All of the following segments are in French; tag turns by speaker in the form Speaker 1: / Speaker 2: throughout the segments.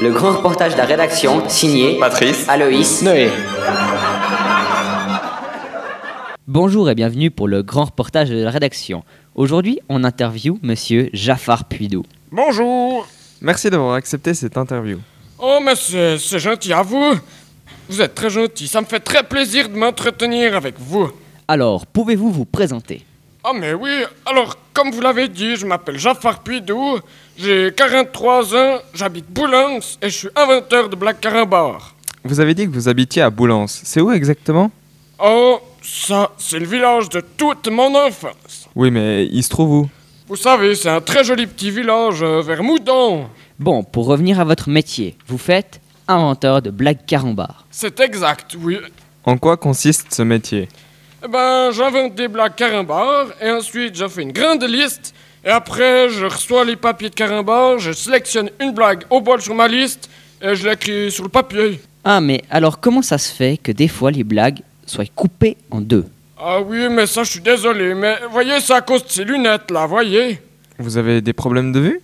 Speaker 1: Le grand reportage de la rédaction, signé
Speaker 2: Patrice.
Speaker 1: Aloïs.
Speaker 3: Noé.
Speaker 4: Bonjour et bienvenue pour le grand reportage de la rédaction. Aujourd'hui, on interview monsieur Jaffar Puideau.
Speaker 5: Bonjour.
Speaker 3: Merci d'avoir accepté cette interview.
Speaker 5: Oh, mais c'est c'est gentil à vous. Vous êtes très gentil. Ça me fait très plaisir de m'entretenir avec vous.
Speaker 4: Alors, pouvez-vous vous présenter
Speaker 5: Ah, mais oui. Alors, comme vous l'avez dit, je m'appelle Jafar Puidou. J'ai 43 ans. J'habite Boulogne et je suis inventeur de Black Carabar.
Speaker 3: Vous avez dit que vous habitiez à Boulens. C'est où exactement
Speaker 5: Oh, ça, c'est le village de toute mon enfance.
Speaker 3: Oui, mais il se trouve où
Speaker 5: Vous savez, c'est un très joli petit village euh, vers Moudon.
Speaker 4: Bon, pour revenir à votre métier, vous faites inventeur de blagues carambars.
Speaker 5: C'est exact, oui.
Speaker 3: En quoi consiste ce métier
Speaker 5: Eh ben, j'invente des blagues carimbar et ensuite je fais une grande liste. Et après, je reçois les papiers de carimbar, je sélectionne une blague au bol sur ma liste et je l'écris sur le papier.
Speaker 4: Ah, mais alors comment ça se fait que des fois les blagues soient coupées en deux
Speaker 5: Ah oui, mais ça, je suis désolé, mais voyez, c'est à cause de ces lunettes là, voyez.
Speaker 3: Vous avez des problèmes de vue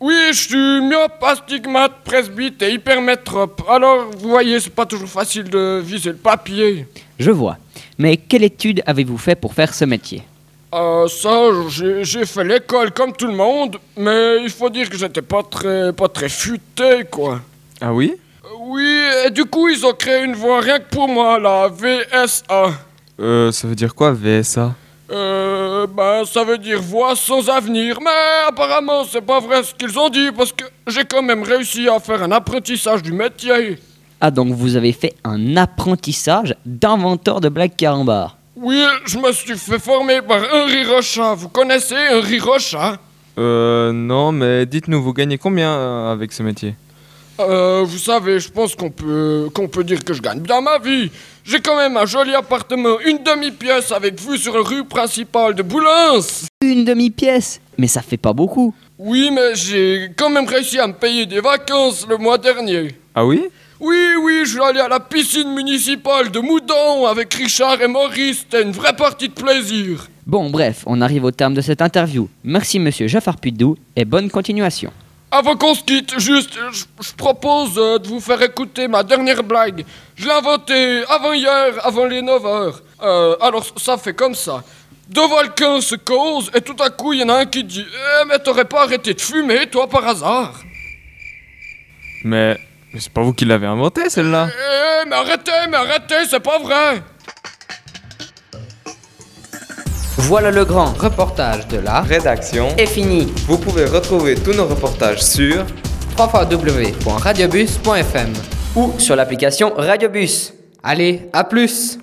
Speaker 5: Oui, je suis myope, astigmate, presbyte et hypermétrope. Alors, vous voyez, c'est pas toujours facile de viser le papier.
Speaker 4: Je vois. Mais quelle étude avez-vous fait pour faire ce métier
Speaker 5: Euh, ça, j'ai j'ai fait l'école comme tout le monde, mais il faut dire que j'étais pas très, pas très futé, quoi.
Speaker 3: Ah oui
Speaker 5: Oui, et du coup, ils ont créé une voix rien que pour moi, la VSA.
Speaker 3: Euh, ça veut dire quoi VSA
Speaker 5: Euh, ben, ça veut dire voix sans avenir, mais apparemment, c'est pas vrai ce qu'ils ont dit, parce que j'ai quand même réussi à faire un apprentissage du métier.
Speaker 4: Ah, donc vous avez fait un apprentissage d'inventeur de blagues carambars.
Speaker 5: Oui, je me suis fait former par Henri Rochat. Vous connaissez Henri Rochat
Speaker 3: Euh, non, mais dites-nous, vous gagnez combien euh, avec ce métier
Speaker 5: Euh, vous savez, je pense qu'on peut, qu'on peut dire que je gagne bien ma vie. J'ai quand même un joli appartement, une demi-pièce avec vue sur la rue principale de Boulens.
Speaker 4: Une demi-pièce Mais ça fait pas beaucoup.
Speaker 5: Oui, mais j'ai quand même réussi à me payer des vacances le mois dernier.
Speaker 3: Ah oui
Speaker 5: Oui, oui, je suis allé à la piscine municipale de Moudon avec Richard et Maurice. C'était une vraie partie de plaisir.
Speaker 4: Bon, bref, on arrive au terme de cette interview. Merci monsieur Jaffar Puidou et bonne continuation.
Speaker 5: Avant qu'on se quitte, juste, je je propose euh, de vous faire écouter ma dernière blague. Je l'ai inventée avant-hier, avant les 9 heures. Euh, alors, ça fait comme ça. Deux volcans se causent et tout à coup, il y en a un qui dit Eh, mais t'aurais pas arrêté de fumer, toi, par hasard
Speaker 3: Mais, mais c'est pas vous qui l'avez inventé celle-là
Speaker 5: Eh, mais arrêtez, mais arrêtez, c'est pas vrai
Speaker 1: Voilà le grand reportage de la
Speaker 3: Rédaction.
Speaker 1: est fini.
Speaker 3: Vous pouvez retrouver tous nos reportages sur
Speaker 1: www.radiobus.fm
Speaker 6: ou
Speaker 1: sur l'application Radiobus.
Speaker 6: Allez, à plus